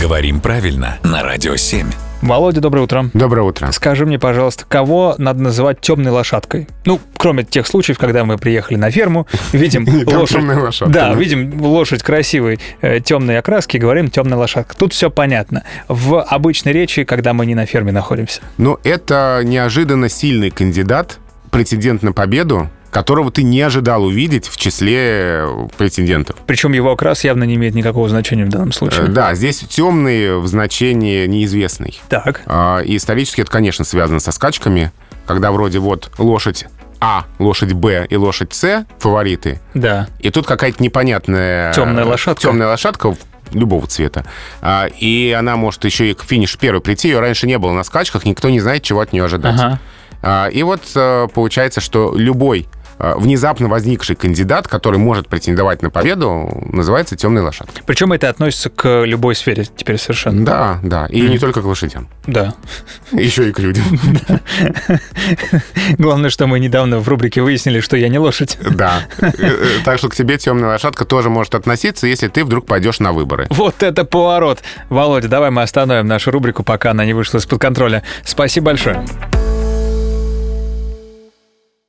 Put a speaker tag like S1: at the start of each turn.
S1: Говорим правильно на Радио 7.
S2: Володя, доброе утро.
S3: Доброе утро.
S2: Скажи мне, пожалуйста, кого надо называть темной лошадкой? Ну, кроме тех случаев, когда мы приехали на ферму, видим
S3: И там
S2: лошадь.
S3: темная лошадка,
S2: Да,
S3: да.
S2: видим лошадь красивой темной окраски, и говорим темная лошадка. Тут все понятно. В обычной речи, когда мы не на ферме находимся.
S3: Но это неожиданно сильный кандидат, претендент на победу, которого ты не ожидал увидеть в числе э, претендентов.
S2: Причем его окрас явно не имеет никакого значения в данном
S3: Э,
S2: случае.
S3: Да, здесь темный в значении неизвестный.
S2: Так.
S3: А, И исторически это, конечно, связано со скачками, когда вроде вот лошадь А, лошадь Б и лошадь С фавориты,
S2: Да.
S3: и тут какая-то непонятная...
S2: Тёмная лошадка.
S3: Темная лошадка в- любого цвета. А, И она может еще и к финишу первой прийти. Ее раньше не было на скачках, никто не знает, чего от нее ожидать.
S2: Ага.
S3: А, И вот э, получается, что любой э, внезапно возникший кандидат, который может претендовать на победу, называется темной лошадкой.
S2: Причем это относится к любой сфере теперь совершенно.
S3: Да, да. И не только к лошадям.
S2: Да.
S3: Еще и к людям.
S2: Главное, что мы недавно в рубрике выяснили, что я не лошадь.
S3: Да. Э, э, Так что к тебе темная лошадка тоже может относиться, если ты вдруг пойдешь на выборы.
S2: Вот это поворот! Володя, давай мы остановим нашу рубрику, пока она не вышла из-под контроля. Спасибо большое.